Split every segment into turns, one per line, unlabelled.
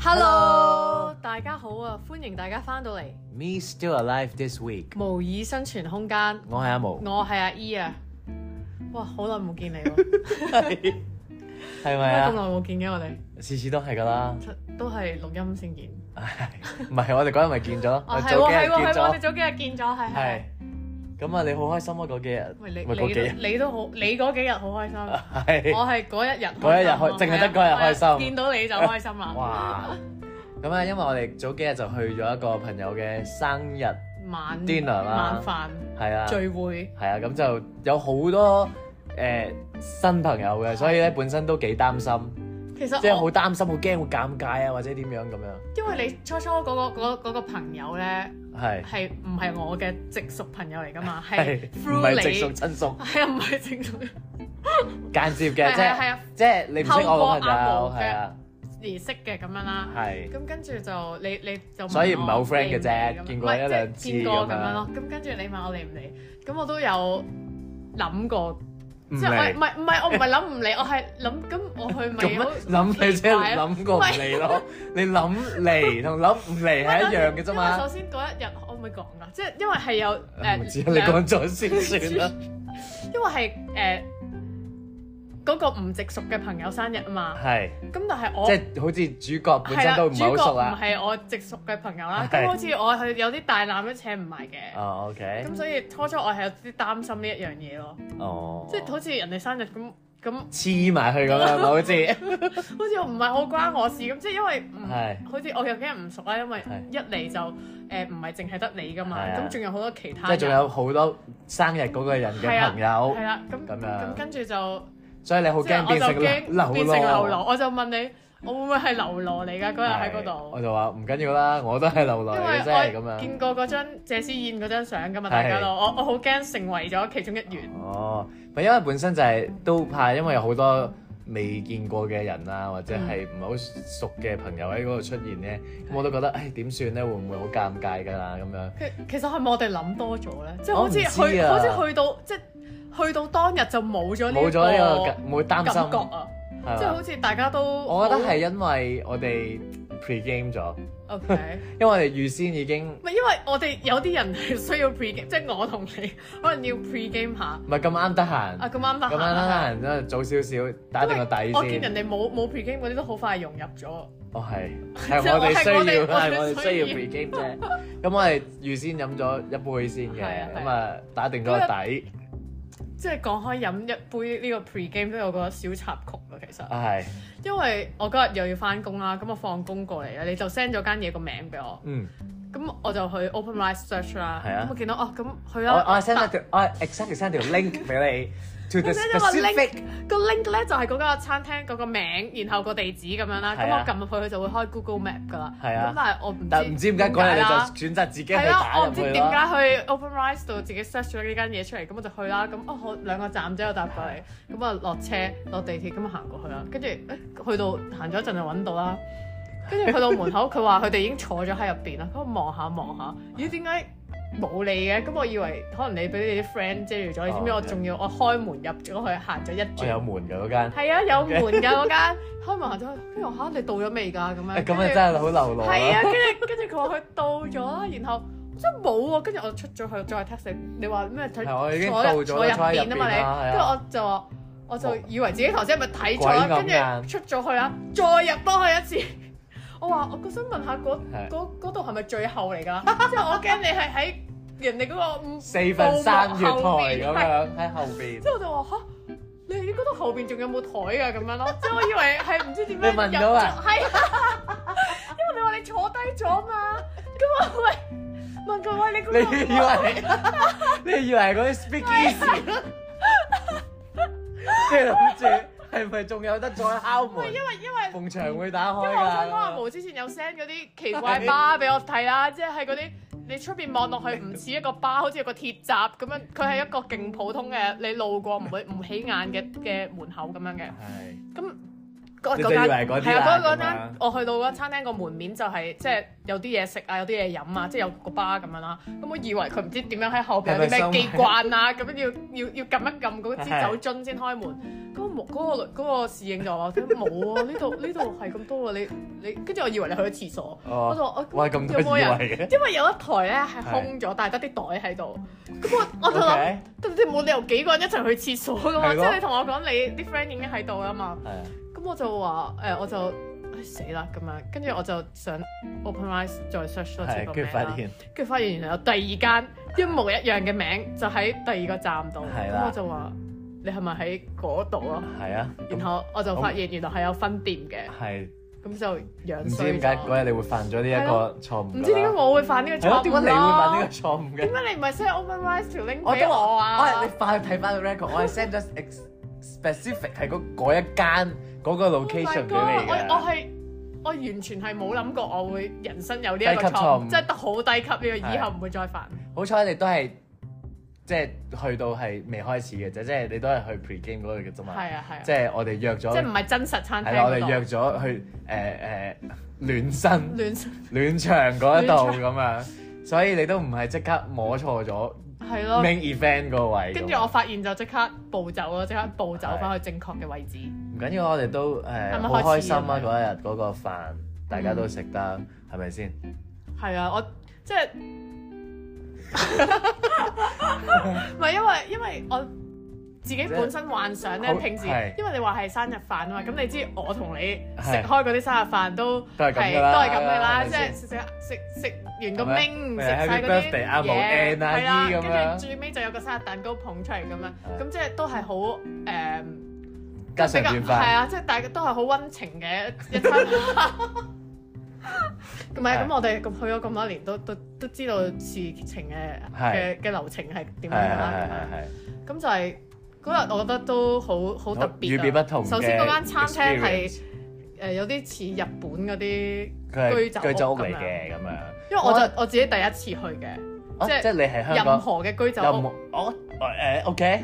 Hello，大家好啊！歡迎大家翻到嚟
Me still alive this week，
無以生存空間。
我係阿毛，
我係阿 E 啊！哇，好耐冇見你 喎，
係咪
點解咁耐
啊？
冇見嘅我哋
次次都係㗎啦，
都係錄音先見。
唉唔係我哋嗰日咪見咗咯，
哦，係
我哋啊早
喎
幾
係喎係
日見
喎，我哋
咗，
早幾日見咗，係係
係。。咁啊，你好開心啊！嗰幾日，
喂，你
咪嗰幾日，
你你都好，你嗰幾日好開心。
係
我係嗰一日開心，啊
嗰一日開淨係得嗰日開心
係啊見到你就開心啦。
哇！咁啊，因為我哋早幾日就去咗一個朋友嘅生日，
晚
Dinner 啦
晚
係啊
飯，聚會，
係啊，咁就有好多誒新朋友嘅，所以咧本身都幾擔心，
其實
即係
我
好擔心，好驚，好尷尬啊，或者點樣咁樣，
因為你初初嗰個嗰個嗰個朋友咧。
係
係唔係我嘅直屬朋友嚟噶嘛？係
係
through
唔係直屬
你，
親屬？
係啊，唔係直屬
間接嘅，
係
即
係係
係
啊
即係你唔識我個朋
透過阿
友，
毛嘅
係啊，
而識嘅咁樣啦。
係
咁跟住就你你就問我
所以唔係好 friend 嘅啫
你唔理咁樣
見過
唔
一
係即係
兩次
見過咁
咁樣
樣咯。咁跟住你問我理唔理，咁我都有諗過，
唔
即係我唔
理
係唔係我唔係諗唔理，我係諗咁我去咪
咁
好
樣諗你即係諗過唔嚟咯，你諗嚟同諗唔嚟係一樣嘅啫
因為
嘛
首。先嗰一日我可唔可以講噶？即係因為係有誒
唔知你講咗先算啦，
因為係誒嗰個唔直屬嘅朋友生日啊嘛。
係
咁但係我
即係好似主角本
係啦，
身都唔
主角
係好熟
唔
啊。
係我直屬嘅朋友啦，咁
係
好似我係有啲大攬都請唔埋嘅，
哦，OK，Ờ,
咁所以初初我係有啲擔心呢一樣嘢咯，
哦，
即係好似人哋生日咁咁， 好
黐埋去咁樣，好似
似唔係好關我事咁，即係因為唔
係
好似我有啲人唔熟啦，因為
係
一嚟就誒唔係淨係得你噶嘛，
係啊
咁仲有好多其
即
他
係
人，
仲有好多生日嗰個人
係啊
嘅朋友
係，啦，咁
咁樣
咁跟住就
所以你好
即係
驚
我
變
就
成
驚變成流
流
羅，我就問你我會唔會係流羅嚟㗎嗰日喺嗰
係
度
我？就話唔緊要啦，我都係流
因
落
為
嘅啫咁
我
樣。
見過嗰張謝思燕嗰張相噶嘛，
係
大家都我我好驚成為咗其中一員。
哦，咪因為本身就係都怕，因為有好多未見過嘅人啊，或者係
嗯
唔係好熟嘅朋友喺嗰度出現咧，咁我都覺得誒點算咧，會唔會好尷尬㗎啦咁樣？
其其實係咪我哋諗多咗咧？即係好似
我唔
去
知啊
好似去到即係去到當日就冇咗呢一
冇咗呢個感
個
冇擔心
感覺，啊！即
係
係
嘛
好？似大家都
我覺得係因為我哋 pre-game 咗，
好 OK。
因為我哋預先已經
唔係因為我哋有啲人係需要 pre game，即係我同你可能要 pre game 下啊
唔係咁啱得
咁
閒，
啱得閒
咁啱得
啦。
閒真係早少少打定個底
啊我見人
先。
哋冇冇 pre game 嗰啲都好快融入咗。
哦係，係
即係
我哋需要，
我係我哋
係
我哋
我哋需要
需要
pre-game 啫。咁我哋預先飲咗一杯先
係啊
嘅，
係啊
咁啊打定咗個底。
即係講開飲一杯呢個 pre game 都有個小插曲啊，其實。
啊係，
因為我嗰日又要翻工啦，咁我放工過嚟啊咧，你就 send 咗間嘢個名俾我，
嗯，
咁我就去 OpenRice search 啦，
係
咁
啊
我見到哦，咁去
我
啦，
我 send 咗條，我 exactly send 條 link 俾你 to
我
the
send 咗個
specific，
link，個 link 咧就係嗰間餐廳嗰個名，然後個地址咁樣啦，咁
係啊
我撳入去佢就會開 Google Map 噶啦，
係啊
咁但係我唔
但唔知點解嗰日你
啦
就選擇自己去
係啦，
打
我
入
唔知
去
點
啦。
解去 OpenRice 度自己 search 咗呢間嘢出嚟，咁我就去啦。咁哦，我兩個站之後搭過嚟，咁啊落車落地鐵咁啊行過去啦。跟住誒去到行咗一陣就揾到啦。 跟住去到門口，佢話佢哋已經坐咗喺入邊啦。咁我望下望下，咦點解冇你嘅？咁我以為可能你俾你啲 friend 遮住咗，你知唔知
哦
我仲要我開門入咗去行咗一
我
轉。
有門㗎嗰間，
係啊，有門㗎 嗰間，開門行咗去，跟住我嚇你到咗未㗎？咁樣
咁
跟
啊
住
真係好流落
係啊，
啦。
跟住跟住佢話佢到咗啦，然後我真係冇喎，跟住我出咗去再 text 你，你話咩睇
係啊我已經
坐
到
入
咗
坐入
啦坐喺入
邊啊嘛
邊啦
你，
係
跟
啊
住我就話我就以為自己頭先係咪睇錯
鬼咁
啦，
眼
跟住出咗去啦，再入多去一次。我話我想問下嗰
係
嗰嗰度係咪最後嚟㗎？即係我驚你係喺人哋嗰個五
四分三月台
後
咁
面係
樣喺後邊
之。後我就話嚇，你哋嗰度後邊仲有冇台啊？咁樣 咯，即係我以為係唔知點樣
你問到啊
入咗係啊， 因為你話你坐低咗嘛，咁我喂問佢喂你
你
嗰度
以為你以為係嗰啲 speak easy，即係諗住係咪仲有得再敲
喂，
門？
因為因為
逢場會打
因
開
為我想講阿
㗎。
毛之前有 send 嗰啲奇怪巴俾我睇啦，即係嗰啲。你出邊望落去唔似一個巴，好似有個鐵閘咁樣，佢係一個勁普通嘅，你路過唔會唔起眼嘅嘅門口咁樣嘅。
係
咁嗰嗰
你
嗰
就以為
間
係嗰啲
係啊，
啦
嗰嗰
咁啊
間我去到嗰間餐廳個門面就係即係有啲嘢食啊，有啲嘢飲啊，即係有個巴咁樣啦。咁我以為佢唔知點樣喺後邊有
係咪
啲
收
咩機關啊，咁樣要要要撳一撳嗰支酒樽先開門。嗰個木嗰個嗰個侍應就話：冇啊，呢度呢度係咁多啊，你你跟住我以為你去咗廁所，我就
哦，
話我
哇咁多
有
以
冇人？
為嘅
因為有一台咧係空咗，但係得啲袋喺度。咁我我就諗。
嗯，OK，
都唔知冇理由幾個人一齊去廁所噶嘛，
係
即
咯
係你同我講你啲 friend 已經喺度啦嘛，
係啊
咁我就話誒、我就唉死啦咁樣，跟住我就想 OpenRice 再 search 多次
係，
個
跟
名
住發
啦，
現
跟住發現原來有第二間一模一樣嘅名，就喺第二個站度，
係
咁
啦
我就話你係咪喺嗰度啊？
係啊，
然後我就發現原來係有分店嘅，
係
咁就
唔
樣
知
衰
點解
咗。
嗰日你會犯咗呢一個錯誤㗎啦，
唔知點解我會犯呢個
係咯
錯
點
誤
解你會犯
啦
呢個？錯誤嘅
點？解你唔係 send OpenRice 條 link
我
俾
都
我
我
啊
係你？快睇翻個 record，我係 send 咗 ex- specific 係嗰嗰一間嗰個 location 俾
Oh my
你
God，我我
嘅。
係我完全係冇諗過我會人生有呢一個
低級錯
錯
誤
誤，即係得好低級呢個，
係
以後唔會再犯。
好彩你都係即係去到係未開始嘅啫，即係你都係去 pre game 嗰度嘅啫嘛。
係啊係啊，
即係我哋約咗，
即係唔係真實餐廳
係啦，我
嗰
哋約
度
咗去誒誒 暖身
亂食
暖場嗰一度
暖場
咁樣，所以你都唔係即刻摸錯咗
係咯。
main event 個位咁樣。
跟住我發現就即刻暴走咯，即刻暴走翻去正確嘅位置。
唔緊要，我哋都誒
啱啱
好開
開始
心啊！
咁樣
嗰日嗰個飯大家都食得，係咪先？
係啊，我即 係唔係因為因為我自己本身幻想咧，
好
平時
係
因為你話係生日飯啊嘛，咁你知我同你食
係
開嗰啲生日飯都
都係咁㗎啦
都係咁嘅啦，
係咪
即係
先
食食食食完
係
個
咪
ming
咪
食晒
Happy
嗰
birthday
啲
啊冇 end 啊
嘢，係啦，
依咁樣
跟住最尾就有個生日蛋糕捧出嚟咁樣，咁即係都係好誒。
家常
比較
便
係
飯。
啊，即係大家都係好温情嘅一餐 飯。咁咪
係
咁，我哋咁去咗咁多年，都都都知道事情嘅
係
嘅嘅流程係
係
點樣
係
㗎
係
啦。
係
咁就係嗰日，我覺得都好好特別
與
啊。
別不同嘅
首先嗰間餐廳係
experience
誒有啲似日本嗰啲，
係，
居
佢
酒
係居酒屋
屋咁
嚟
樣
嘅咁樣。
因為我就我自己第一次去嘅，
哦
即係
即係你係香
任
港
何嘅居酒
又
屋，
冇我誒 ờ, OK，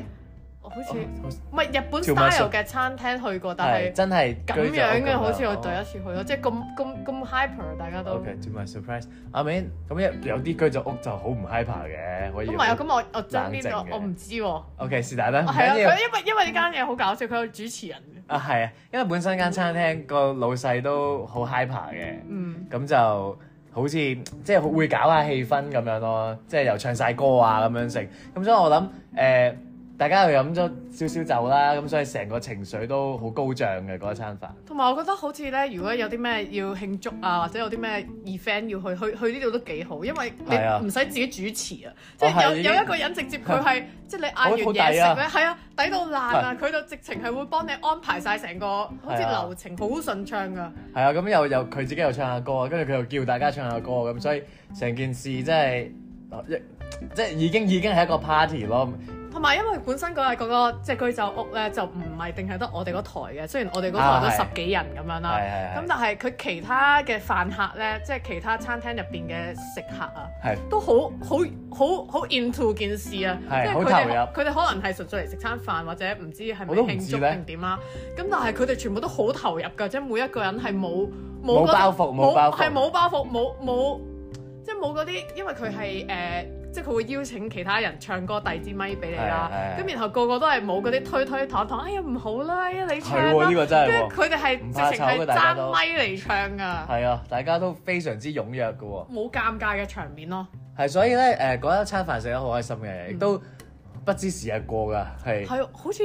我好似
哦
唔係日本
條紋
style 嘅餐廳去過，但係
係。真係
咁
居酒屋
樣嘅，好似我
樣
第一次去咯，即係咁咁咁 hyper，大家
哦
都
OK，to my surprise，I mean 咁有有啲居酒屋就好唔 hyper 嘅，可以
咁唔係啊！咁我我真呢
冷靜
個
嘅
我唔知喎，
OK 是但啦，唔
係啊！
緊
佢因
要
為因為呢間嘢好搞笑，佢有主持人嘅，
啊係啊，因為本身間餐廳個老細都好 hyper 嘅。
嗯，
咁就好似即係會搞下氣氛咁樣咯，即係又唱晒歌啊咁樣食。咁所以我諗誒、呃大家又飲咗少少酒啦，咁所以成個情緒都好高漲嘅嗰一餐飯。
同埋我覺得好似咧，如果有啲咩要慶祝啊，或者有啲咩 event 要去，去去呢度都幾好，因為
係啊
你唔使自己主持啊，即
哦係
係有
已經
有一個人直接佢 係即係你嗌完
好好
嘢
抵
食
啊
咧，係啊，抵到爛啊！佢就直情係會幫你安排晒成個好似
係啊
流程好順暢㗎，
係啊，咁又又佢自己又唱下歌，跟住佢又叫大家唱下歌，咁所以成件事真係呃一即係已經已經係一個 party 咯。
同埋因為本身嗰日嗰個即係居酒屋咧，就唔係定係得我哋嗰台嘅，雖然我哋嗰台
啊
都
係
十幾人咁樣啦。
係係
咁
係
但係佢其他嘅飯客咧，即係其他餐廳入邊嘅食客啊，
係
都好好好好 into 件事啊，即
係
係
好
佢
投入
哋佢哋可能係純粹嚟食餐飯或者唔知係
我
咪
都唔
慶
知
祝
咧
定點啦。咁但係佢哋全部都好投入㗎，即係每一個人係冇
冇
嗰
包袱冇包袱
係冇包袱，冇冇即係冇嗰啲，因為佢係誒，即係佢會邀請其他人唱歌遞支咪俾你啦
係係。係
咁然後個個都係冇嗰啲推推搪搪，哎呀唔好啦，哎呀你唱
係
啦
喎，呢個真係
跟
喎
住佢哋係
唔怕
直情
醜嘅
係
大家都
爭咪嚟唱噶，
係啊，大家都非常之踴躍嘅喎。
冇尷尬嘅場面咯。
係，所以咧誒嗰一餐飯食得好開心
嗯
嘅，亦都不知時日過㗎，係
係好似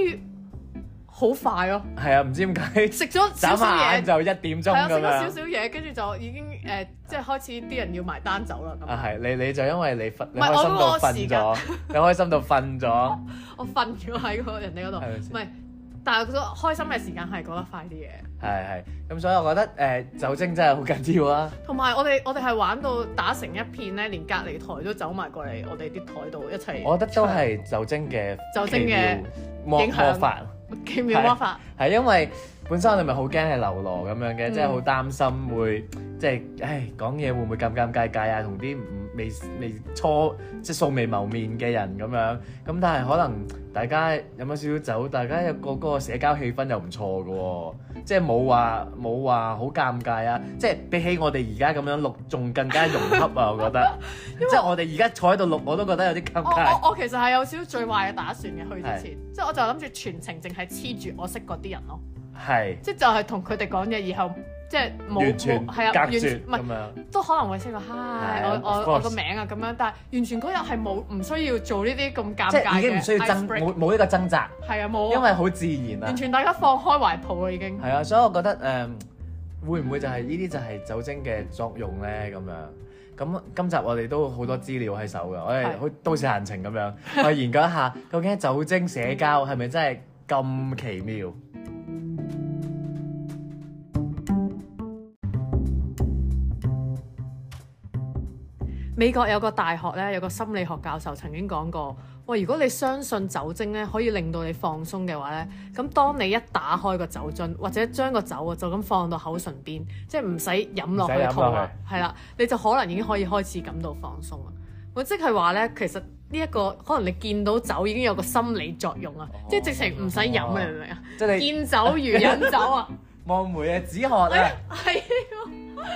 好快咯，
係啊，唔知點 解
食咗少
眨
少
下眼
嘢，
就一點鐘
係啊，食
咁
咗少
樣。
少嘢，跟住就已經誒、呃即係開始啲人要埋單走啦咁。
啊係，你你就因為你瞓，你
唔係
開
我
心到
嗰個
瞓
時間
咗，你開心到瞓咗，
我瞓咗喺個人哋嗰度，
係咪
唔
先
係，但係嗰個開心嘅時間係過得快啲嘅。
係係。咁所以我覺得誒酒精真係好緊要啊啦。
同埋我哋我哋係玩到打成一片咧，連隔離台都走埋過嚟我哋啲台度一齊。
我覺得都係酒精嘅
酒精嘅
奇妙魔
影響
魔法，
奇妙魔法，
係因為本身我哋咪好驚係流羅咁樣嘅，
嗯
即係好擔心會即係唉講嘢會唔會尷尷尬尬啊，同啲唔未未初即係素未謀面嘅人咁樣，咁但係可能大家飲咗少少酒，大家有個嗰個社交氣氛又唔錯嘅喎，即係冇話冇話好尷尬啊！即係比起我哋而家咁樣錄，仲更加融洽啊！我覺得， 即係我哋而家坐喺度錄，我都覺得有啲尷
我
尬。
我我其實係有少少最壞嘅打算嘅，去之前，即係我就諗住全程淨係黐住我識嗰啲人咯，
係
即係就係同佢哋講嘢，以後即係冇
完全
冇
隔
係啊，完全
絕
唔係
咁樣，
都可能會識個 hi，我
of
我我個
course
名啊咁樣，但係完全嗰日係冇唔需要做呢啲咁尷尬
即係已經唔
嘅
需要爭
icebreak
冇冇呢個掙扎，
係啊冇啊，
因為好自然啊
完。全大家放開懷抱啦已經。
係啊，所以我覺得誒、會唔會就係呢啲就係酒精嘅作用呢？咁樣？咁今集我哋都好多資料喺手㗎，我哋
係
好都市閒情咁樣 去研究一下，究竟酒精社交係咪真係咁奇妙？
美國有個大學咧，有個心理學教授曾經講過，喂，如果你相信酒精咧可以令到你放鬆嘅話咧，咁當你一打開個酒樽，或者將個酒啊就咁放到口唇邊，即係唔使飲落
唔使
去
飲
肚
落
啊
去，
係啦，你就可能已經可以開始感到放鬆啦。咁即係話咧，其實呢、一個可能你見到酒已經有個心理作用啊，即係直情唔使飲
哦
啊，你明唔明啊？
即係你
見酒如飲酒啊，
望梅啊，止渴 啊，
係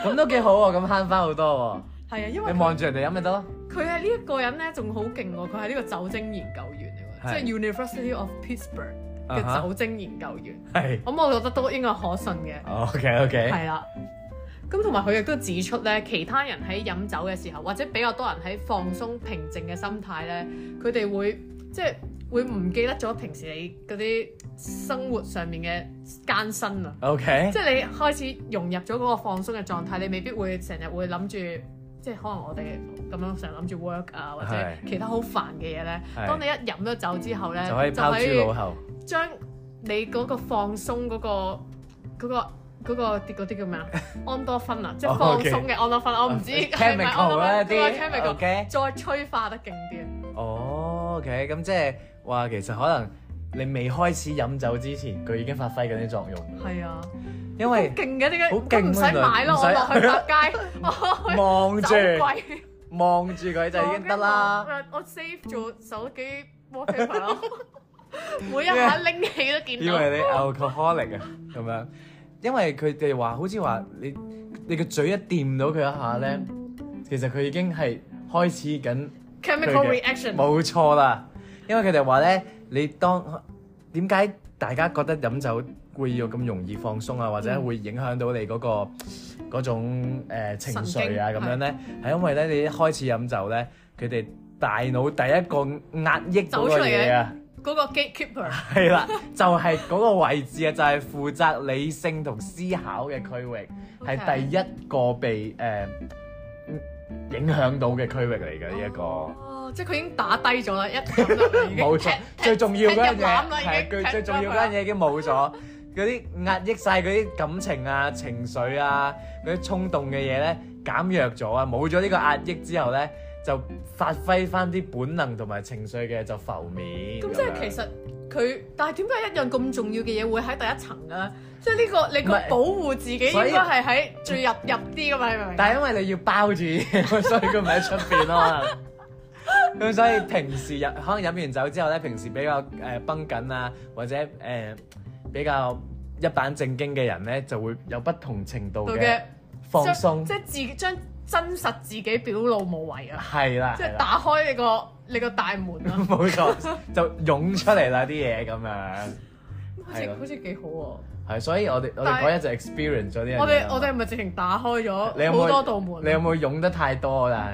咁都幾好喎，咁慳翻好多
係啊，因
喎。
為
你望住人哋飲咪得咯，
佢係呢一個人咧，仲好勁喎！佢係呢個酒精研究員嚟
係啊
喎，即係 University of Pittsburgh 嘅酒精研究員。
係
咁我覺得都應該可信嘅，
OK OK，
係啦。咁同埋佢亦都指出咧，其他人喺飲酒嘅時候，或者比較多人喺放鬆平靜嘅心態咧，佢哋會即係會唔記得咗平時你嗰啲生活上面嘅艱辛啊！
OK，
即係你開始融入咗嗰個放鬆嘅狀態，你未必會成日會諗住，即係可能我哋咁樣成日諗住 work 啊，或者
係
其他好煩嘅嘢咧。
係
當你一飲咗酒之後咧，
就可以拋諸腦後。
將你嗰個放鬆嗰、個嗰、個。嗰、個啲嗰啲叫咩 啊？安多芬啊，即係放鬆嘅安多芬，我唔知係咪安
哦
多
啊 chemical
芬，啊
啦
嗰個
啲
chemical
OK。
再催化得勁啲啊。
哦，OK，咁即係話其實可能你未開始飲酒之前，佢已經發揮緊啲作用㗎啦。
係啊，
因為
勁嘅呢
好
個，
勁
咁唔使
啊
買咯，
唔
我
使
落去百佳， 我去
望住
走貴。
望住佢
Ờ,
就已經得啦。
我我 save 做手機 wallpaper 咯，每一下拎起都見
以
到。
為你 alcoholic 啊咁樣，因為佢哋話好似話你你個嘴一掂到佢一下咧，其實佢已經係開始緊。
Chemical
佢嘅
reaction
冇錯啦，因為佢哋話咧，你當點解大家覺得飲酒會要咁容易放鬆啊，或者
嗯
會影響到你嗰、個嗰種、呃、情緒啊咁
神經
樣咧，係因為咧你一開始飲酒咧，佢哋大腦第一個壓抑嗰個嘢啊，
嗰個 gatekeeper
係啦，就係嗰個位置啊，就係、負責理性同思考嘅區域，係
OK
第一個被誒、呃影響到嘅區域嚟嘅呢一個。
哦，即係佢已經打低咗啦，一飲落嚟已經
冇錯，最重要嗰樣嘢係
佢
佢最重要嗰樣嘢已經冇咗，嗰啲壓抑晒嗰啲感情啊、情緒啊、嗰啲衝動嘅嘢咧減弱咗啊，冇咗呢個壓抑之後咧，就發揮翻啲本能同埋情緒嘅就浮面。
咁即係其實佢，但係點解一樣咁重要嘅嘢會喺第一層㗎？即係呢個你
唔
個
係
保護自己應
所以
該係喺最入入啲㗎嘛，你明唔明啊？
但係因為你要包住嘢，所以佢唔喺出邊咯。咁所以平時飲可能飲完酒之後咧，平時比較誒、呃、繃緊啊，或者誒、呃比較一板正經嘅人咧，就會有不同程度
到
嘅
嘅
放鬆
即，係自己將真實自己表露無遺啊！
係啦，
即係
係啦
打開你個你個大門啊！
冇錯，就湧出嚟啦啲嘢咁樣。
好
係啊
似
咯
好似幾好喎！
係，所以我哋我哋
但係
嗰日就 experience 咗呢樣嘢。
我哋我哋係咪直情打開
啊你有
咗
冇
好多道
你有
門？啊
冇湧得太多啊？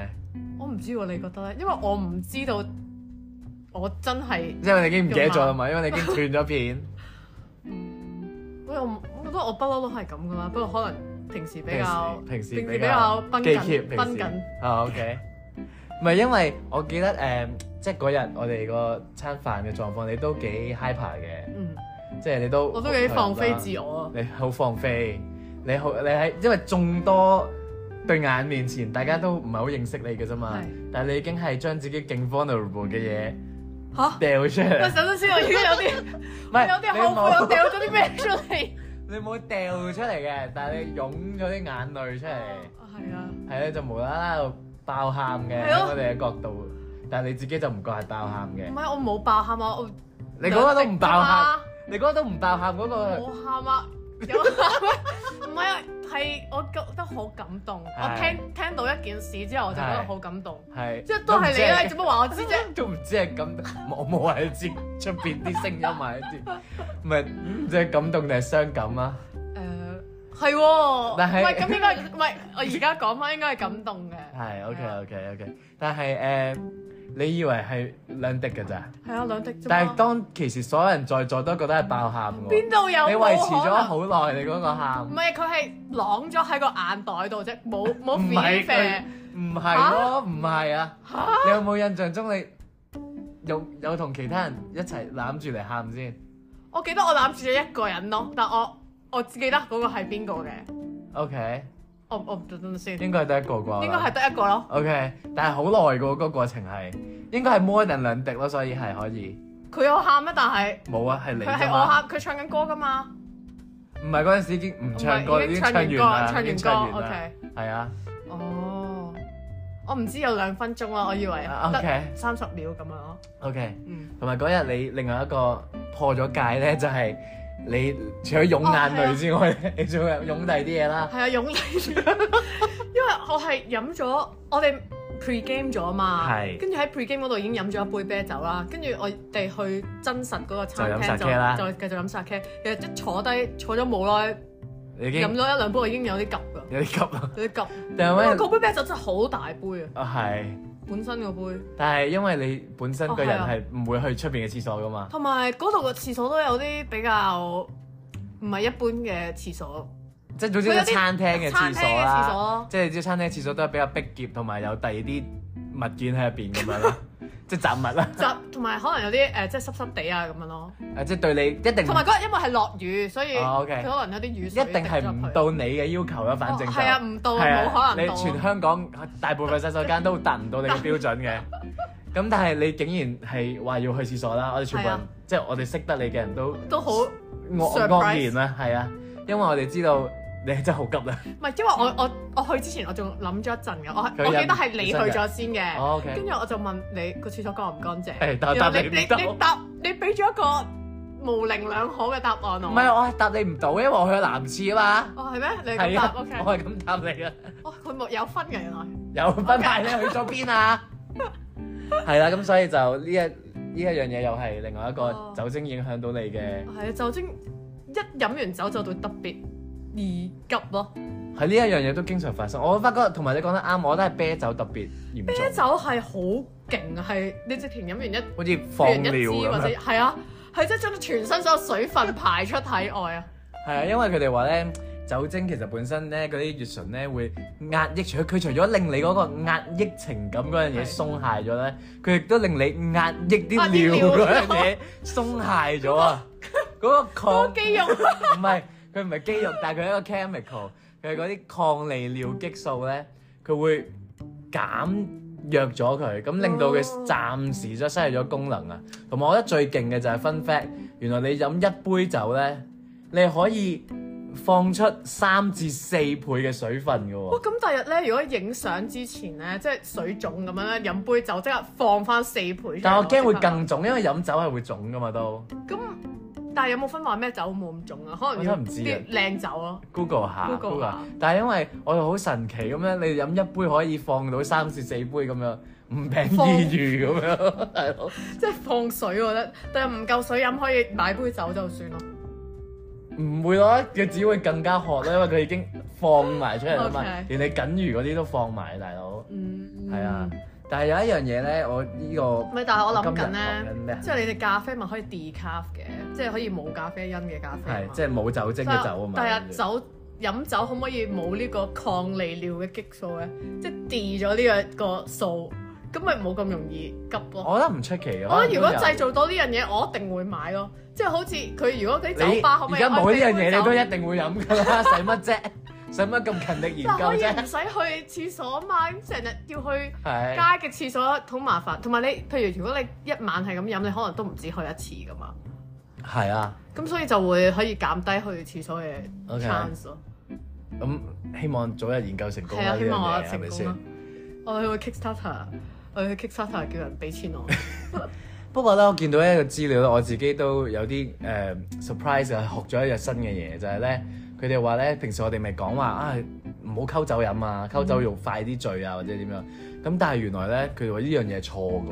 我唔知喎，你覺得咧？因為我唔知道，我真係
但係因為你已經唔記得咗啦
啊
嘛，因為你已經斷咗片。
我又唔我覺得我不嬲都係咁噶啦。不過可能平時比較
平時
平時
比
比較
較
繃
記協
緊繃緊。
啊，OK。唔係因為我記得誒、即係嗰日我哋個餐飯嘅狀況，你都幾 hyper 嘅，
嗯，
即係你都
我都幾放飛
我，
自我啊！
你好放飛，你好你喺因為眾多對眼面前，大家都唔係好認識你嘅啫嘛
係，
但係你已經係將自己勁 vulnerable 嘅嘢
嚇！
掉出
喂，
嚟，
首先先我已經有啲
唔
有啲後悔，我
你冇
掉咗啲咩出嚟？
你冇掉 出嚟嘅，但係你湧咗啲眼淚出嚟。
係啊！
係咧，就無啦啦爆喊嘅
係
喺
咯
我哋嘅角度，但係你自己就唔覺係爆喊嘅
唔。係我冇爆喊啊，我
你嗰個都唔爆喊，
兩滴
你嗰個都唔爆喊嗰
咋嘛，
個，
冇喊啊， 有喊咩？唔係啊，係我覺得好感動。我
係
聽聽到一件事之後，我就覺得
係
好感動。
係
即係都係你啦，
都唔
你
知
做乜話我知 啫？
都唔知係感，我冇喺知出邊啲聲音埋啲，唔係唔知係感動定係傷感啊？
誒係喎，唔
但係
係咁應該唔係我而家講翻應該係感動嘅。
係 OK OK OK，但係誒，你以為係兩滴㗎咋？
係啊，兩滴啫嘛。
但係當其時所有人在座都覺得係爆喊
邊
喎，
度有
你維
冇
持
可
咗
能
好耐你嗰個喊
唔，係佢係啷咗喺個眼袋度啫，冇冇
唔
f
係
e
佢唔係咯，唔係啊，你有冇印象中你有有同其他人一齊攬住嚟喊先
我記得我攬住咗一個人咯，但我我只記得嗰個係邊個嘅，
？OK，
我我等等先，
應該係得一個啊啩，
應該係得一個咯。
OK，但係好耐嘅喎，嗰個過程係應該係 more than 兩滴咯，所以係可以
佢有喊啊，但係
冇啊，係你
佢
啫
係我
嘛，
喊，佢唱緊歌噶嘛，
唔係嗰陣時已經唔哦唱
唔
歌，
係
已經
唱
唱完啦，
歌，
已經
唱完
唱
歌
完啦，
，OK，
係啊
哦，我唔知有兩分鐘啦，我以為
啊
得
，OK
三十秒咁樣咯，
OK，
嗯，
同埋嗰日你另外一個破咗戒咧，就係你除咗湧眼淚之
哦啊
外，你仲有湧第啲嘢啦，
係啊，擁嚟， 因為我係飲咗我哋。pre game 咗嘛，
係
跟住喺 pre game 嗰度已經飲咗一杯啤酒啦，跟住我哋去真實嗰個餐
就飲
廳
sake 啦
就繼續飲 sake，其實一坐低坐咗冇耐，
你已
飲咗
經
一兩杯我已經有啲急㗎，
有啲急啦，
有啲急，
但
因為
係咩？
嗰杯啤酒真係好大杯啊，
啊係，
本身個杯。
但係因為你本身個人
哦係啊
係唔會去出邊嘅廁所噶嘛，
同埋嗰度個廁所都有啲比較唔係一般嘅廁所，
即係總之
佢有
係
啲
餐廳嘅廁
餐廳
所
嘅
啊
廁
啦。
所。
即係你知餐廳廁所都係比較逼仄，同埋有第二啲物件喺入邊 咁樣啦，即係雜物啦。
就同埋可能有啲誒、呃即係濕濕地啊咁樣咯，
誒，即係對你一定
同埋嗰日因為係落雨，所以
嗯哦
佢
，OK
可能有啲雨
一
水
定係
滴咗入
唔
去
到你嘅要求啦，反正
哦
就
係啊，唔到啊，
係
冇可能到
你
啊。
全香港大部分洗手間都達唔到你嘅標準 嘅。咁但係你竟然係話要去廁所啦，我哋全部人
係啊
即係我哋識得你嘅人都
都好，唔
愕
Surprise
愕然啦，係啊，因為我哋知道你真係好急啦。
係因為我我我去之前我仲諗咗一陣嘅，我
佢
我記得係你去咗先嘅，
哦
跟
，OK，
住我就問你個廁所乾唔乾淨，
係但
然後
答
你
你唔
你
到
你答你俾咗一個模棱兩可嘅答案我，
唔係我係答你唔到，因為我去咗男廁啊嘛。
哦係咩？你咁
係
答
啊，
，OK，
我係咁答你啊。
哦佢冇有分嘅原來。
有分派咧去咗 邊啊？係啦，咁所以就呢一呢一樣嘢又係另外一個
哦
酒精影響到你嘅，
係啊，酒精一飲完酒就會特別易急咯。
係呢一樣嘢都經常發生。我發覺同埋你講得啱，我覺得係啤酒特別嚴
啤
重，
酒係好勁啊，係你直情飲完一
好似放
飲完
尿
一支
咁
或者
樣。
係啊，係即係將全身所有水分排出體外啊。
係啊，因為佢哋話咧，酒精其實本身咧嗰啲乙醇咧會壓抑除佢除咗令你嗰個壓抑情感嗰樣嘢
係
鬆懈咗咧，佢亦都令你壓抑
壓
啲
抑
尿
尿
嗰樣 嘢鬆懈咗啊！嗰個
多
抗
肌肉
唔係，佢唔係肌肉，但係佢係一個 chemical，佢係嗰啲抗利尿激素咧，佢會減弱咗佢，咁令到佢
哦
暫時就失去咗功能啊。同埋我覺得最勁嘅就係 fun fact，原來你飲一杯酒咧，你可以放出三至四倍嘅水分嘅
哇！
喎。
哦咁第日咧，如果影相之前咧，即係水腫咁樣咧，飲杯酒即刻放翻四倍出嚟。
但我驚會更腫，因為飲酒係會腫噶嘛都。
咁。但係有冇分話咩酒冇咁重啊？可能
我
要
真係唔知啊
啲靚酒咯。
Google 下
Google 下
但係因為我哋好神奇咁樣，你飲一杯可以放到三至四杯咁樣，唔病醫愈咁樣，大佬。
即係放水，我覺得，但係唔夠水飲可以買杯酒就算咯。
唔會咯，佢只會更加渴啦，因為佢已經放埋出嚟啦嘛
OK
連你僅餘嗰啲都放埋，大佬。
嗯，
係啊，但係有一樣嘢咧，我呢、個
咪但係我諗
今
緊
日學緊
咧，
咩啊？
即係你哋咖啡咪可以 decaf 嘅，即係可以冇咖啡因嘅咖啡啊
係
嘛。
即係冇酒精嘅酒啊嘛。
但係酒飲酒可唔可以冇呢個抗利尿嘅激素咧？即係 d 咗呢個個數，咁咪冇咁容易急咯。
我覺得唔出奇嘅。
我覺得如果
可能都有
製造到呢樣嘢，我一定會買咯。即係好似佢如果嗰啲
你
酒吧可唔可
而
以
家冇呢樣嘢，你都
一
一定會飲㗎啦，使乜啫？使乜咁勤力研究
可以唔
啫？
使去廁所嘛？咁成日要去。
係
街。嘅廁所好麻煩，同埋你，譬如如果你一晚係咁飲，你可能都唔止去一次噶嘛，
係啊。
咁所以就會可以減低去廁所嘅
OK
chance 咯。
咁希望早日研究成功
係
啦，
啊
呢
希望我
樣嘢係
成
咪
功
先
啦？我哋去 Kickstarter，我哋去 Kickstarter 叫人俾 錢我。
不過咧，我見到一個資料咧，我自己都有啲誒、呃 surprise 啊，學咗一樣新嘅嘢，就係咧，佢哋話咧，平時我哋咪講話啊，唔好溝酒飲啊，
嗯
溝酒用快啲醉啊，或者點樣。咁但係原來咧，佢哋話呢樣嘢係錯嘅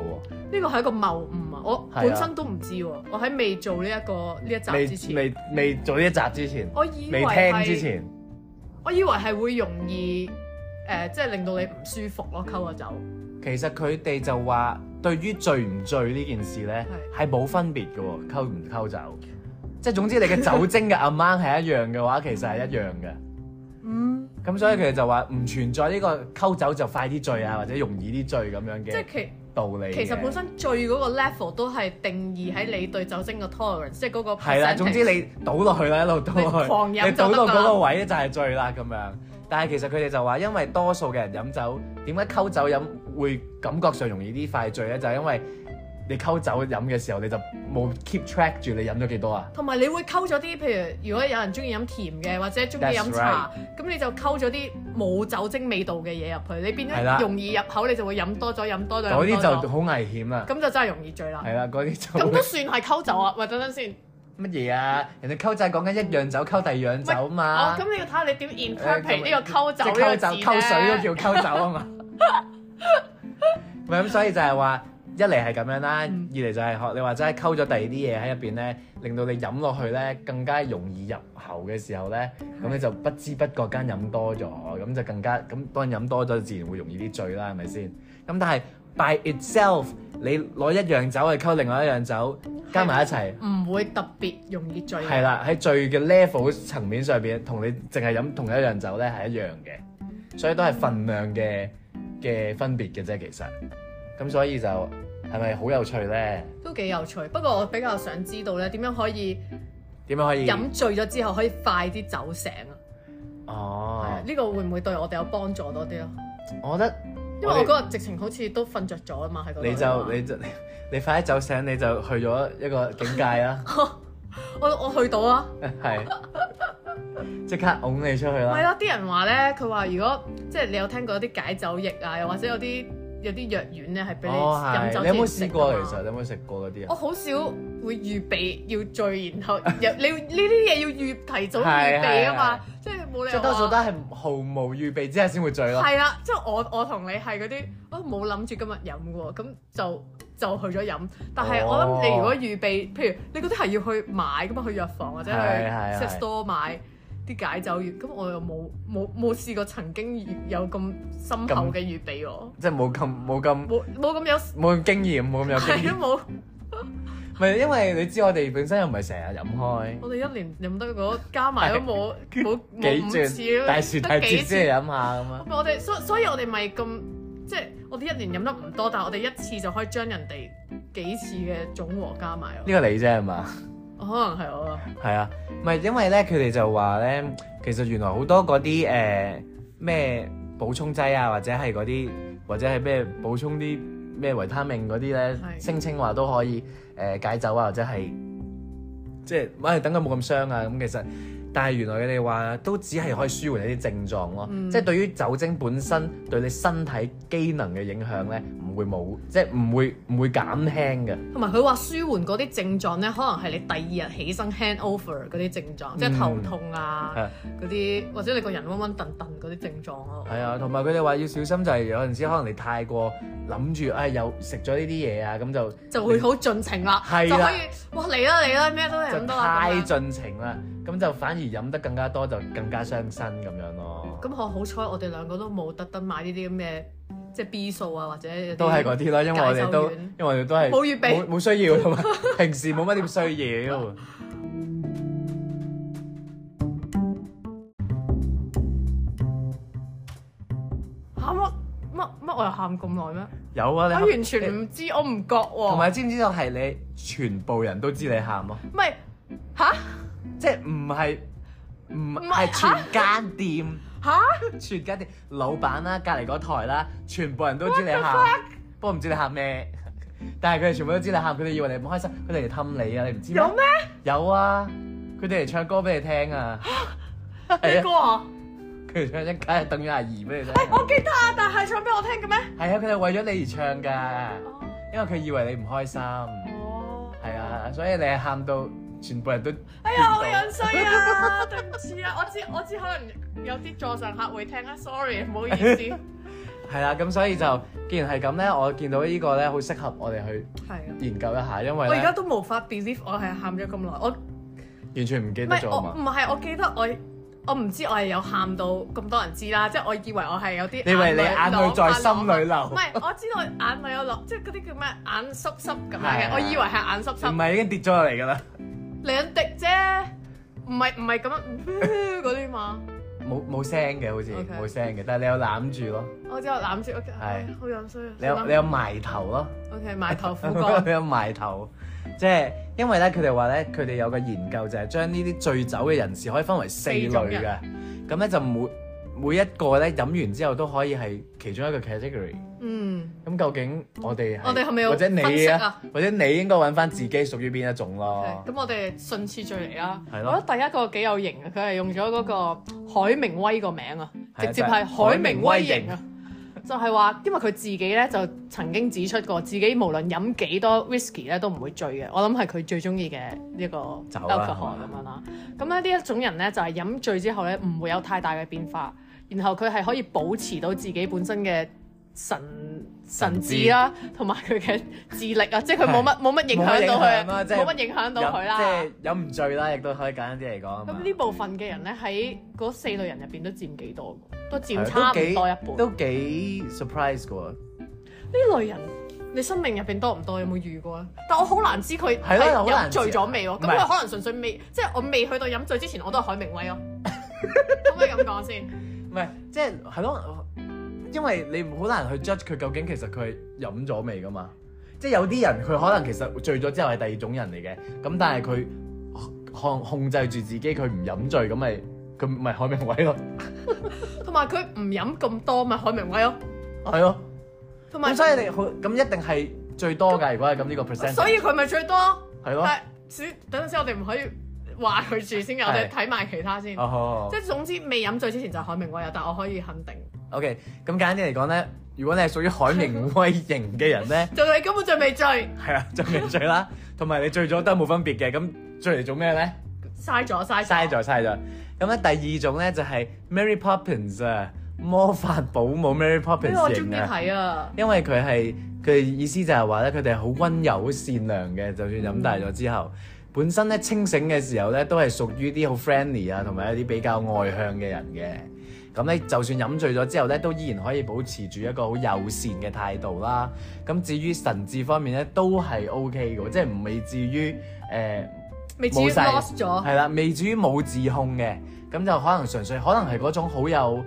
呢個係一個謬誤啊！我
係啊
本身都唔知喎，我喺未做呢一個呢一集之
喎，未
前，
未未做呢一集之前，
我以為
未聽之
係，
前，
我以為係會容易誒，即係令到你唔舒服咯，溝咗酒。
其實佢哋就話對於醉唔醉呢件事咧，係冇分別嘅喎，溝唔溝酒，即係總之你嘅酒精嘅 amount 係一樣嘅話，其實係一樣嘅。
嗯，
咁所以佢哋就話唔存在呢個溝酒就快啲醉啊，或者容易啲醉咁樣
即係
嘅
其
道理嘅。
其實本身醉嗰個 level 都係定義喺你對酒精嘅 tolerance，即係嗰個
係啦，
percentage
總之你倒落去啦，一路倒落
你
去，
狂飲
你倒
就
到
得㗎
嗰個位就係醉啦咁樣。但係其實佢哋就話，因為多數嘅人飲酒，點解溝酒飲會感覺上容易啲快醉咧？就係、因為你溝酒飲嘅時候，你就冇 keep track 住你飲咗幾多啊。
同埋你會溝咗啲，譬如如果有人中意飲甜嘅，或者中意
嗯 That's
飲茶，咁你就溝咗啲冇酒精味道嘅嘢入去，你變
係啦
咗容易入口，你就會飲多咗，飲多咗，
嗰啲
飲多咗
就好危險啦。
咁就真係容易醉啦。
係啦，嗰啲就
咁
會
都算係溝酒啊！喂，等等先，
乜嘢啊？人哋溝仔講緊一樣酒溝第二樣酒嘛。
哦，咁你要睇下你點
啊誒
interpret
咁
呢個溝酒
即
呢
係
個
溝
字
酒
咧
溝水都叫溝酒 啊嘛。咪咁，所以就係話一嚟係咁樣啦，二
嗯
嚟就係學你話齋溝咗第二啲嘢喺入邊咧，令到你飲落去咧更加容易入口嘅時候咧，咁你就不知不覺間飲多咗，咁就更加咁當然飲多咗自然會容易啲醉啦，係咪先？咁但係 by itself 你攞一樣酒去溝另外一樣酒加埋一齊。
唔會特別容易醉。啊
係啦，喺醉嘅 level 層面上邊，同你淨係飲同一樣酒咧係一樣嘅，所以都係份量嘅嘅分別嘅啫，其實。咁所以就係咪好有趣咧？
都幾有趣。不過我比較想知道咧，點樣可以
點樣可以？
飲醉咗之後可以快啲走醒啊？係
哦
啊，呢個會唔會對我哋有幫助多啲咯？啊
我覺得
因為我嗰日直情好似都瞓着咗啊嘛，喺嗰度。
你就你就 你快啲走醒，你就去咗一個境界啦，
我我去到啊，
係即刻擁你出去
唔係
啦。
啦，啲人話咧，佢話如果即係你有聽過啲解酒液啊，又或者有啲有啲藥丸咧係俾你
哦，
飲酒
係你有
先
冇
食
試
㗎
過？啊
嘛
其實你有冇食過嗰啲
我
啊？
好少會預備要醉，然後又你要呢啲嘢要預提早
係
預備啊嘛，即係冇理
即
由
係多數都
話。
係毫無預備之下先會醉咯。
係啦，即係我我同你係嗰啲，我冇諗住今日飲嘅喎，咁就就去咗飲。但
哦
係我諗你如果預備，譬如你嗰啲係要去買噶嘛，去藥房或者去
係係
set
係
store 買啲解酒藥，咁我又冇冇冇試過曾經有咁深厚嘅預備喎，
即係冇咁冇咁。
冇冇咁有
冇咁經驗，冇咁有
係啊
經
都
驗。
冇。
唔係因為你知我哋本身又唔係成日飲開，
我哋一年飲得嗰加埋都 冇冇冇五
幾
次
轉
咯，
大時大
得啊幾
節
次
先嚟飲下咁啊。
咪我哋所所以我哋咪咁即係我哋一年飲得唔多，但係我哋一次就可以將人哋幾次嘅總和加埋咯。
呢個你啫係嘛？
可能係我啊，
係啊，唔係因為咧，佢哋就話咧，其實原來好多嗰啲誒咩補充劑啊，或者係嗰啲或者係咩補充啲咩維他命嗰啲咧，
係
聲稱話都可以誒、呃解酒啊，或者係即係喂等佢冇咁傷啊。咁其實但係原來佢哋話都只係可以舒緩你啲症狀咯，
嗯
即係對於酒精本身對你身體機能嘅影響咧，唔會冇，即係唔會唔會減輕嘅。
同埋佢話舒緩嗰啲症狀咧，可能係你第二日起身 hand over 嗰啲症狀，即係頭痛
嗯係
啊
啊
嗰啲，或者你個人暈暈頓頓嗰啲症狀咯。
係啊，同埋佢哋話要小心，就係有陣時可能你太過諗住，唉、又食咗呢啲嘢啊，咁就
就會好盡情啦，
係
就
啦
可以哇嚟啦嚟啦，咩都飲
就
得啦
太
咁樣。
盡情啦，咁就反而飲得更加多，就更加傷身咁樣咯。
咁我好彩，我哋兩個都冇特登買呢啲咁嘅即係 B 數啊，或者有啲
都係嗰啲啦，因為我哋都
解酒丸
因為我哋都係
冇預備
冇冇需要同埋 平時冇乜點需要。
喊乜乜乜我又喊咁耐咩？
有啊，你
我
喊
完全唔哦知，我唔覺
同
喎。
埋知唔知道係你全部人都知你喊咯，
唔係吓
即係唔係唔
係
係全間店。
吓，
全家啲老闆啦、隔離嗰台啦，全部人都知你喊，不過唔知你喊咩。但係佢哋全部都知你喊，佢哋以為你唔開心，佢哋嚟氹你啊，你唔知
有咩？
有啊，佢哋嚟唱歌俾你聽啊。
你
係啊，
哥啊？
佢唱一家等於阿姨俾你聽。
我記得啊，但係唱俾我聽嘅咩？
係啊，佢哋為咗你而唱㗎，
哦
因為佢以為你唔開心。
哦，
係啊，所以你係喊到全部人都
哎呀，好樣衰啊！對唔住啊，我知我知，可能有啲座上客會聽啊，sorry，唔好 意思。
係啦。咁所以就既然係咁咧，我見到呢個咧好適合我哋去
係啊。
研究一下，因為
我而家
咧
都無法 believe 我係喊咗咁耐，我唔
完全唔記得
係
咗
我
啊嘛。
唔係我記得我我唔知我係有喊到咁多人知啦，即係我以為我係有啲
你以為你
眼淚
眼淚在心裏
流啊
流
唔 係我知道眼淚有落，即係嗰啲叫咩眼濕濕咁樣
係
嘅，我以為係眼濕
唔
濕
係已經跌咗落嚟㗎啦，
兩滴啫，唔係唔係咁樣嗰啲嘛，
冇冇聲嘅好似
OK
冇聲嘅，但係你有攬住咯，
我之後攬住，OK，唉好樣衰啊，
你有你有埋頭咯。
OK 埋頭苦 幹，
佢有埋頭，即係因為咧，佢哋話咧，佢哋有個研究就係將呢啲醉酒嘅人士可以分為四類
四種
嘅，咁咧就每每一個咧飲完之後都可以係其中一個 category。
嗯，
咁究竟我哋係
我哋係咪要
或者
分
你
析
啊
啊，
或者你應該揾翻自己屬於邊一種咯？
咁我哋順次序嚟啦。
啊係咯
我覺得第一個幾有型啊嘅，佢係用咗嗰個海明威個名啊，
係啊
直接
就係
係海明威型啊。就係話，因為佢自己咧就曾經指出過，自己無論飲幾多 whisky 咧都唔會醉嘅。我諗係佢最中意嘅呢個
酒
alcohol
啦
咁樣啦。咁咧呢一種人咧就係飲醉之後咧唔會有太大嘅變化，然後佢係可以保持到自己本身嘅神神智啦，同埋佢嘅智力啊，即係佢冇乜冇乜影響到佢，
冇乜影響啦啊即係
冇乜影響到佢啦。
即係飲唔醉啦，亦都可以簡單啲嚟講啊嘛
咁呢部分嘅人咧，喺嗰四類人入邊都佔幾多㗎？都佔
係啊
差唔
都幾
多一半。
都幾 surprise 嘅喎。
呢類人，你生命入邊多唔多？有冇遇過咧？啊但我好難知佢係
係咯好難
飲
知啊
醉咗未喎。咁
唔係
佢可能純粹未，即係我未去到飲醉之前，我都係海明威 咯。可唔可以咁講先？
唔係，即係係咯，因為你好難去 judge 佢究竟其實佢飲咗未噶嘛。即係有啲人佢可能其實醉咗之後係第二種人嚟嘅，咁但係佢控控制住自己佢唔飲醉，咁咪佢咪海明威咯，
同埋佢唔飲咁多，咪海明威咯。
係咯。
同埋
咁，所以你好咁一定係最多㗎，如果係咁呢個 percent
所以佢咪最多。
係咯。
但係等陣先，我哋唔可以話佢住先嘅，我
係
哋睇埋其他先。
哦好
即係總之，未飲醉之前就係海明威啊！但我可以肯定，
，OK。咁簡單啲嚟講咧，如果你係屬於海明威型嘅人咧，
就你根本就未醉，
係啊，就未醉啦，同埋你醉咗都係冇分別嘅。咁醉嚟做咩咧？
嘥咗嘥
嘥咗嘥咗。咁咧第二種咧就係 Mary Poppins 啊，魔法保姆
呢哎
Mary
個我
Poppins
中
型
意
啊，
睇啊！
因為佢係佢意思就係話咧，佢哋係好温柔、好善良嘅，就算飲大咗之後。本身咧清醒嘅時候咧，都係屬於啲好 friendly 啊，同埋一啲比較外向嘅人嘅。咁咧，就算飲醉咗之後咧，都依然可以保持住一個好友善嘅態度啦。咁至於神智方面咧，都係 OK 嘅喎，即係唔未至於誒。呃
未至於
冇晒
lost 咗。
係啦，未至於冇自控嘅，咁就可能純粹可能係嗰種好有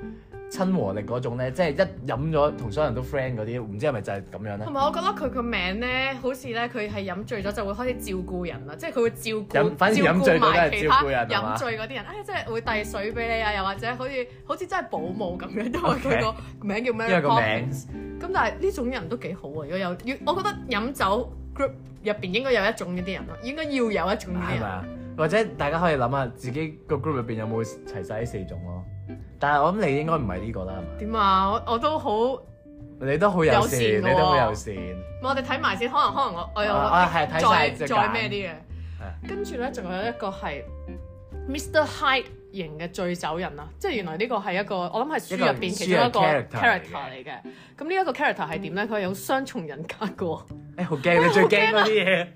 親和力嗰種咧，即係一飲咗同所有人都 friend 嗰啲，唔知係咪就係咁樣咧
同？埋我覺得佢個名咧，好似咧佢係飲醉咗就會開始照顧人啦，即係佢會照顧
飲，反而飲
照顧
醉咗都係
埋其他
照顧人係嘛
飲醉嗰啲人，哎，即係會遞水俾你啊，又或者好似好似真係保姆咁樣，因為佢個名叫
因為
Mary
個名
Poppins。咁但係呢種人都幾好啊，如果有要，我覺得飲酒 group 入邊應該有一種呢啲人咯，啊應該要有一種呢啲
係咪
人。
啊？或者大家可以諗下自己個 group 入邊有冇齊晒呢四種咯？但係我諗你應該唔係呢個啦，係
點啊？我我都好，我
嘛？你都好友
友
善，
善
你
嘅喎
都好友善，
哋睇埋先，可能可能我我有
啊係睇
再
晒隻
再咩
眼啊
啲嘅。跟住咧，仲有一個係 Mr. Hyde 型嘅醉酒人啊，即係原來呢個係一個我諗係書入邊其中一個
一個書嘅 character
character 嚟嘅。咁呢一個 character 係點咧？佢係有雙重人格嘅喎，
誒好驚你最驚嗰啲嘢，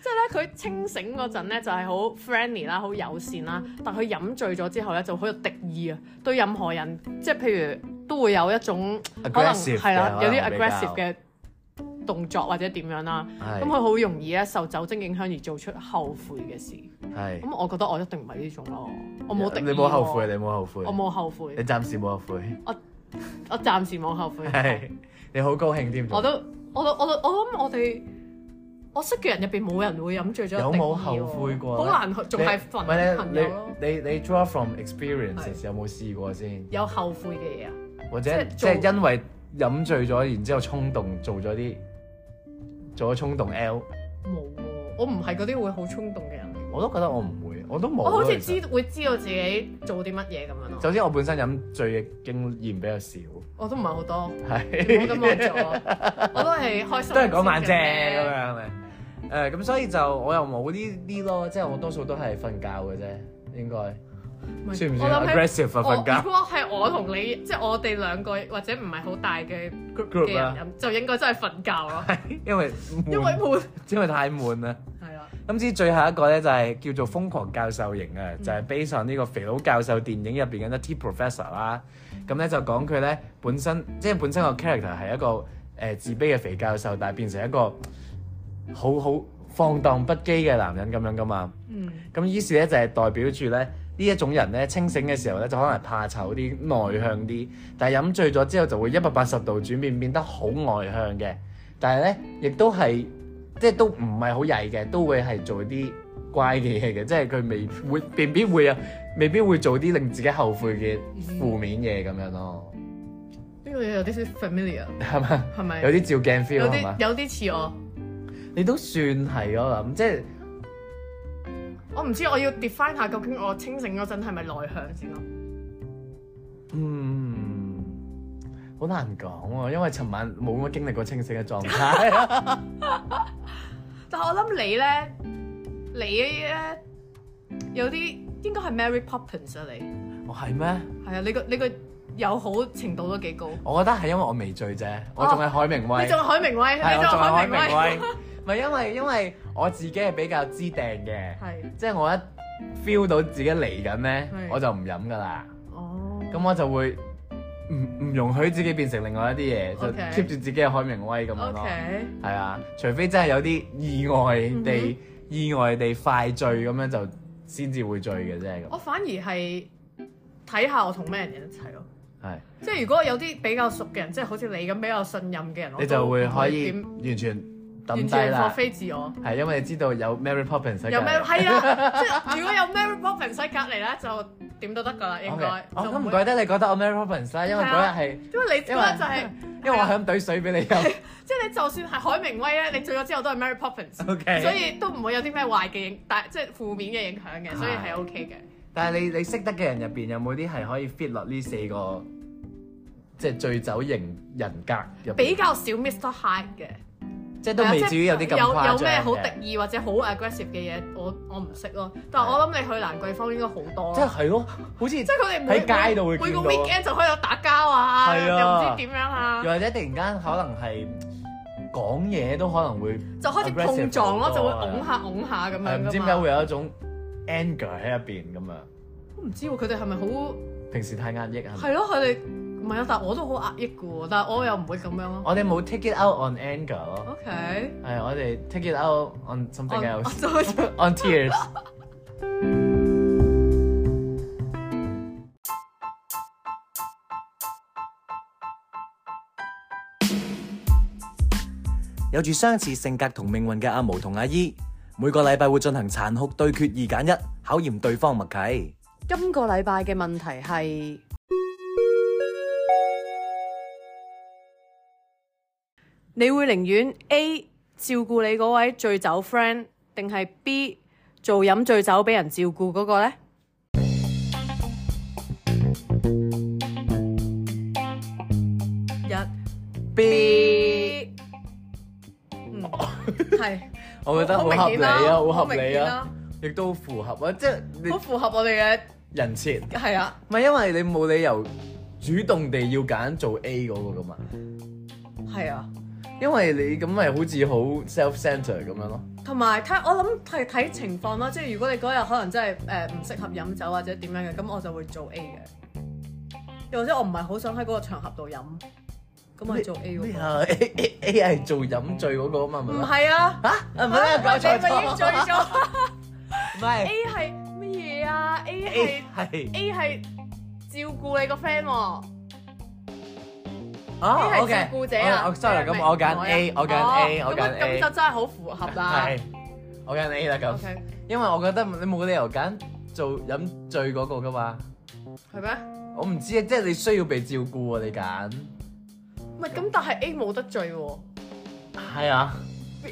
即係咧佢清醒嗰陣咧就係好 friendly 啦，好友善啦，但佢飲醉咗之後咧就好有敵意啊，對任何人即係譬如都會有一種可能
Aggressive 嘅
係啦，有啲
可能比較
aggressive 嘅動作或者點樣啦。咁佢
係
好容易咧受酒精影響而做出後悔嘅事。
係啊
咁我覺得我一定唔係呢種咯，我冇敵意
你
喎
冇後悔，你冇後悔
我，冇後
你
悔，
暫時冇後悔，
我暫時冇後悔。
係你好高興添，
我都我都我都我諗我哋我識嘅人入邊冇人會飲醉咗，
有冇後悔過
好
咧
難去，仲係
唔
朋
係
朋
你
友咯。
你你你 draw from experiences 有冇試過先？
有後悔嘅嘢啊！
或者即
即係做
係因為飲醉咗，然之後衝動做咗啲做咗衝動 L，
冇喎，我唔係嗰啲會好衝動嘅人嚟。
我都覺得我唔會，我都冇
我
咯。
好似
其實
知會知道自己做啲乜嘢咁樣咯。
首先我本身飲醉嘅經驗比較少，
我都唔係 好多，唔好咁
係
望住我，我都係開心。
都係嗰晚啫咁樣。係咪？誒咁所以就我又冇呢啲咯，即係我多數都係瞓覺嘅啫，應該
係
算唔
我
算
諗起
aggressive
我
啊？瞓
如果係我同你，即係我哋兩個或者唔係好大 嘅 group
Group
嘅人
啊
飲，就應該真係瞓覺咯，
覺，因為
因為
悶
悶。
因為太悶啦。
係啊，
咁至於最後一個咧，就係、叫做瘋狂教授型啊，
嗯
就係 base on 呢個肥佬教授電影入邊嘅 Nutty Professor 啦。咁咧就講佢咧本身即係本身個 character 係一個誒、呃自卑嘅肥教授，但係變成一個好好放蕩不羈嘅男人咁樣噶嘛。
嗯，
咁於是咧就係、代表住咧呢一種人咧清醒嘅時候咧就可能係怕醜啲、內向啲，但係飲醉咗之後就會一百八十度轉變，變得好外向嘅。但係咧亦都係即係都唔係好曳嘅，都會係做啲乖嘅嘢嘅，即係佢未會未必會啊，未必會做啲令自己後悔嘅負面嘢咁樣咯，
呢個嘢有啲 familiar，
係嘛？
係咪？
有啲照鏡 feel 啊
有
係嘛
啲？有啲似我，
你都算係我諗，即係
我唔知我要 define 下究竟我清醒嗰陣係咪內向先咯。
嗯，好難講喎，因為尋晚冇乜經歷過清醒嘅狀態。
但係我諗你咧，你咧有啲應該係 Mary Poppins 啊，你
我哦係咩？
係啊，你個你個友好程度都幾高。
我覺得係因為我未醉啫，我仲係海明威，
哦你仲係海明威，
係
你
我仲
仲
係
係
海
海
明
明威，
威， 唔係因為因為我自己係比較知定嘅，
係
即係我一 feel 到自己嚟緊咧
係，
我就唔飲噶啦，
哦。
咁我就會唔唔容許自己變成另外一啲嘢，就
OK
keep 住自己係海明威咁樣
O
咯。
K，
係啊，除非真係有啲意外
嗯
地、意外地快醉咁樣就先至會醉嘅啫咁。
我反而係睇下我同咩人一齊咯。
係，
即係如果有啲比較熟嘅人，即係好似你咁比較信任嘅人，我
你
都
就會
唔
可以
點
完全抌
完
低
全放
啦。
飛自我。
係因為你知道有 Mary Poppins 喺
有
隔
咩
離
係啊？即係如果有 Mary Poppins 喺隔離咧，就點都得㗎啦，應
OK，
該。
哦
就
咁唔
會
怪得你覺得我 Mary Poppins 啦，因為嗰日係
因為你覺
因為
得就係、
因為我係咁懟水俾你 飲。
即係你就算係海明威咧，你醉咗之後都係 Mary Poppins，
OK，
所以都唔會有啲咩壞嘅影，但即係負面嘅影響嘅，所以係 OK 嘅。
但係你你識得嘅人入邊有冇啲係可以 fit 落呢四個即係醉酒型人格入邊？
比較少 Mr. Hyde 嘅，
即係都
係啊
未
即係
至於有啲咁誇張
有有咩好
嘅
敵意或者好 aggressive 嘅嘢，我我唔識咯。但係我諗你去蘭桂坊應該好多
即
咯
係。啊係咯，好似
即係佢哋每
喺街度會
每每個
見到啊
weekend 就喺度打交啊，
係
又唔
啊
知點樣啊，
又或者突然間可能係講嘢都可能會
就開始碰撞咯，就會
aggressive 好多啊
拱下拱下咁樣
誒唔知
噶
點解
嘛。
會有一種 anger 喺入邊咁啊！
我唔知喎，佢哋係咪好？
平時太壓抑係咪？
係咯，佢哋唔係啊，但係我都好壓抑嘅喎，但係我又唔會咁樣咯。
我哋冇 take it out on anger 咯，
OK，
係我哋 take it out
我
on something
我
else
就好似
on tears。有住相似性格同命運嘅阿毛同阿姨，每個禮拜會進行殘酷對決二揀一，考驗對方默契。
今個禮拜嘅問題係你會寧願 A 照顧你嗰位醉酒 friend，定係 B 做飲醉酒俾人照顧嗰個呢？一 B，嗯，係，
我覺得好合理
明顯啦
啊，好合
明
理
顯
啊
啦，，
亦都符合啊，即係你
好符合我哋
人設。
嘅，係啊。
唔係因為你冇理由主動地要揀做 A 嗰個噶嘛，
係啊，
因為你咁咪好似好 self c e n t e r 咁樣咯。
同埋睇我諗係睇情況啦，即係如果你嗰日可能真係誒唔適合飲酒或者點樣嘅，咁我就會做 A 嘅。又或者我唔係好想喺嗰個場合度飲，咁我做 A 嗰
咩
個。
啊？A A A 係做飲醉嗰個啊嘛，咪
唔
咯
係啊，
嚇，唔係啊，搞錯
你咪已經醉
咗，
咗。
唔係
A 係乜嘢啊？A
A 係
係 A 係照顧你個 friend 喎。
啊
A 係
哦 OK，
照顧者啊
我我 sorry，
你明唔明
咁我揀
啊
A，我揀
哦
A，我
咁啊
揀
咁
A，
就真係好符合啦。
係我揀 A 啦咁，
OK，
因為我覺得你冇理由揀做飲醉嗰個噶嘛。
係咩？
我唔知啊，即係你需要被照顧啊，你揀
唔係咁，但係 A 冇得醉喎
係啊，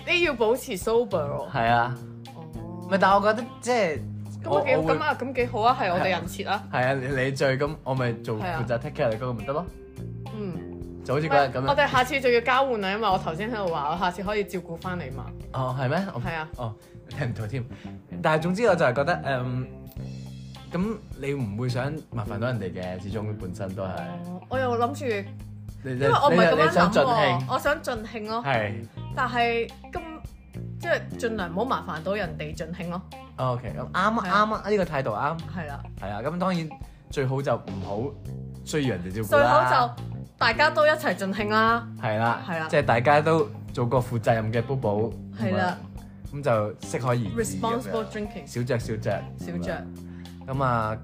，A 要保持 sober 喎。
係啊。
哦
唔係，但係我覺得即
咁
係
啊幾
我我會
咁啊咁幾好啊，係我哋人設啊，
係啊，你你最咁，我咪做
係啊
負責 take care 你嗰個咪得咯，
嗯，
就好似嗰日咁
我
樣。
哋下次就要交換啦，啊因為我頭先喺度話我下次可以照顧翻你嘛，
哦，係咩？我
係啊，
哦，聽唔到添。但係總之我就係覺得誒，嗯咁、你唔會想麻煩到人哋嘅，始終本身都係。
哦我又諗住，因
你因
為我唔係咁
你
樣諗
想盡
喎，
興，
我想盡興咯，
係。
但係咁即係盡量唔好麻煩到人哋盡興咯，
哦 OK，咁啱啊
係啊
啱啊，呢個態度啱。
係啦，
係啊，咁當然最好就唔好需要人哋照顧
最好
啦。
就大家都一齊盡興啦，
係啦，
係啦
即係大家都做個負責任嘅 BoBo。
係啦。
咁就適可而止咁樣
，responsible drinking
小隻小隻
小
咁樣
酌，
咁啊，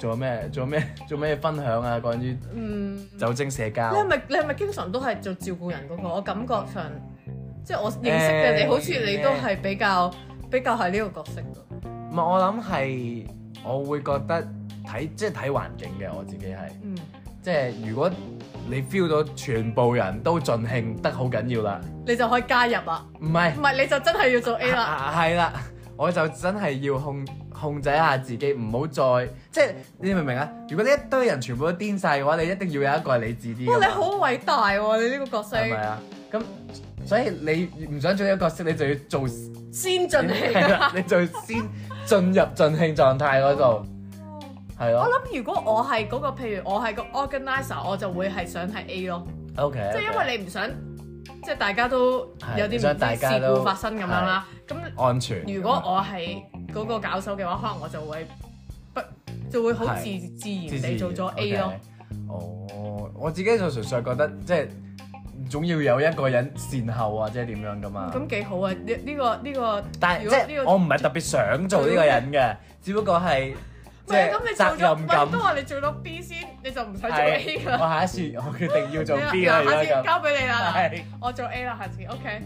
仲有咩？ 仲有咩？做咩分享啊？關於
嗯。
酒精社
你係
交。
咪你係咪經常都係做照顧人嗰、個？我感覺上，即係我認識嘅你，
嗯誒
好似你都係比較比較係呢個角色㗎。
唔係，我諗係我會覺得睇即係睇環境嘅，我自己係
嗯，
即係如果你 feel 到全部人都盡興得好緊要啦，
你就可以加入啦。
唔係
唔係你就真係要做 A 啦。
啊 係啦，我就真係要控控制下自己，唔好再即係你明唔明啊？如果呢一堆人全部都癲晒嘅話，你一定要有一個係理智啲
哇！
㗎
你
嘛。
好偉大喎、你呢個角色
啊係咪啊？咁所以你唔想做一個角色，你就要做
先進氣。
係啊啦，你就要先進入盡興狀態嗰度，係
我
咯。
諗如果我係嗰、個，譬如我係個 organizer，我就會係想係 A 咯，
O K，
即係因為你唔想，即係大家都有啲
係唔
唔
想大
知
家
事
都
故發生咁樣啦。咁
安全。嗯
如果我係嗰個搞手嘅話，可能我就會不就會好自自然地做咗 A 咯。。
哦，我自己就純粹覺得即係總要有一個人善後或者點樣噶嘛。
咁幾好啊！呢呢個呢個，
但係
如
即
果呢
係
個
我唔係特別想做呢個人嘅，只不過係
唔
即
係
係
咁你做
責任
咗，
感
喂。都話你做咗 B 先，你就唔使做 A
係，
㗎
我
啦。
下一次我決定要做
你啦
B 啦，
嗱
如果
下次
咁。
交俾你啦，
係。
我做 A 啦，下次 OK。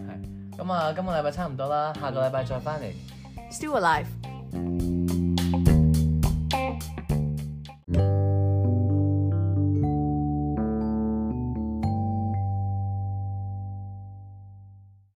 咁啊，今個禮拜差唔多啦，下個禮拜再翻嚟。
Still alive。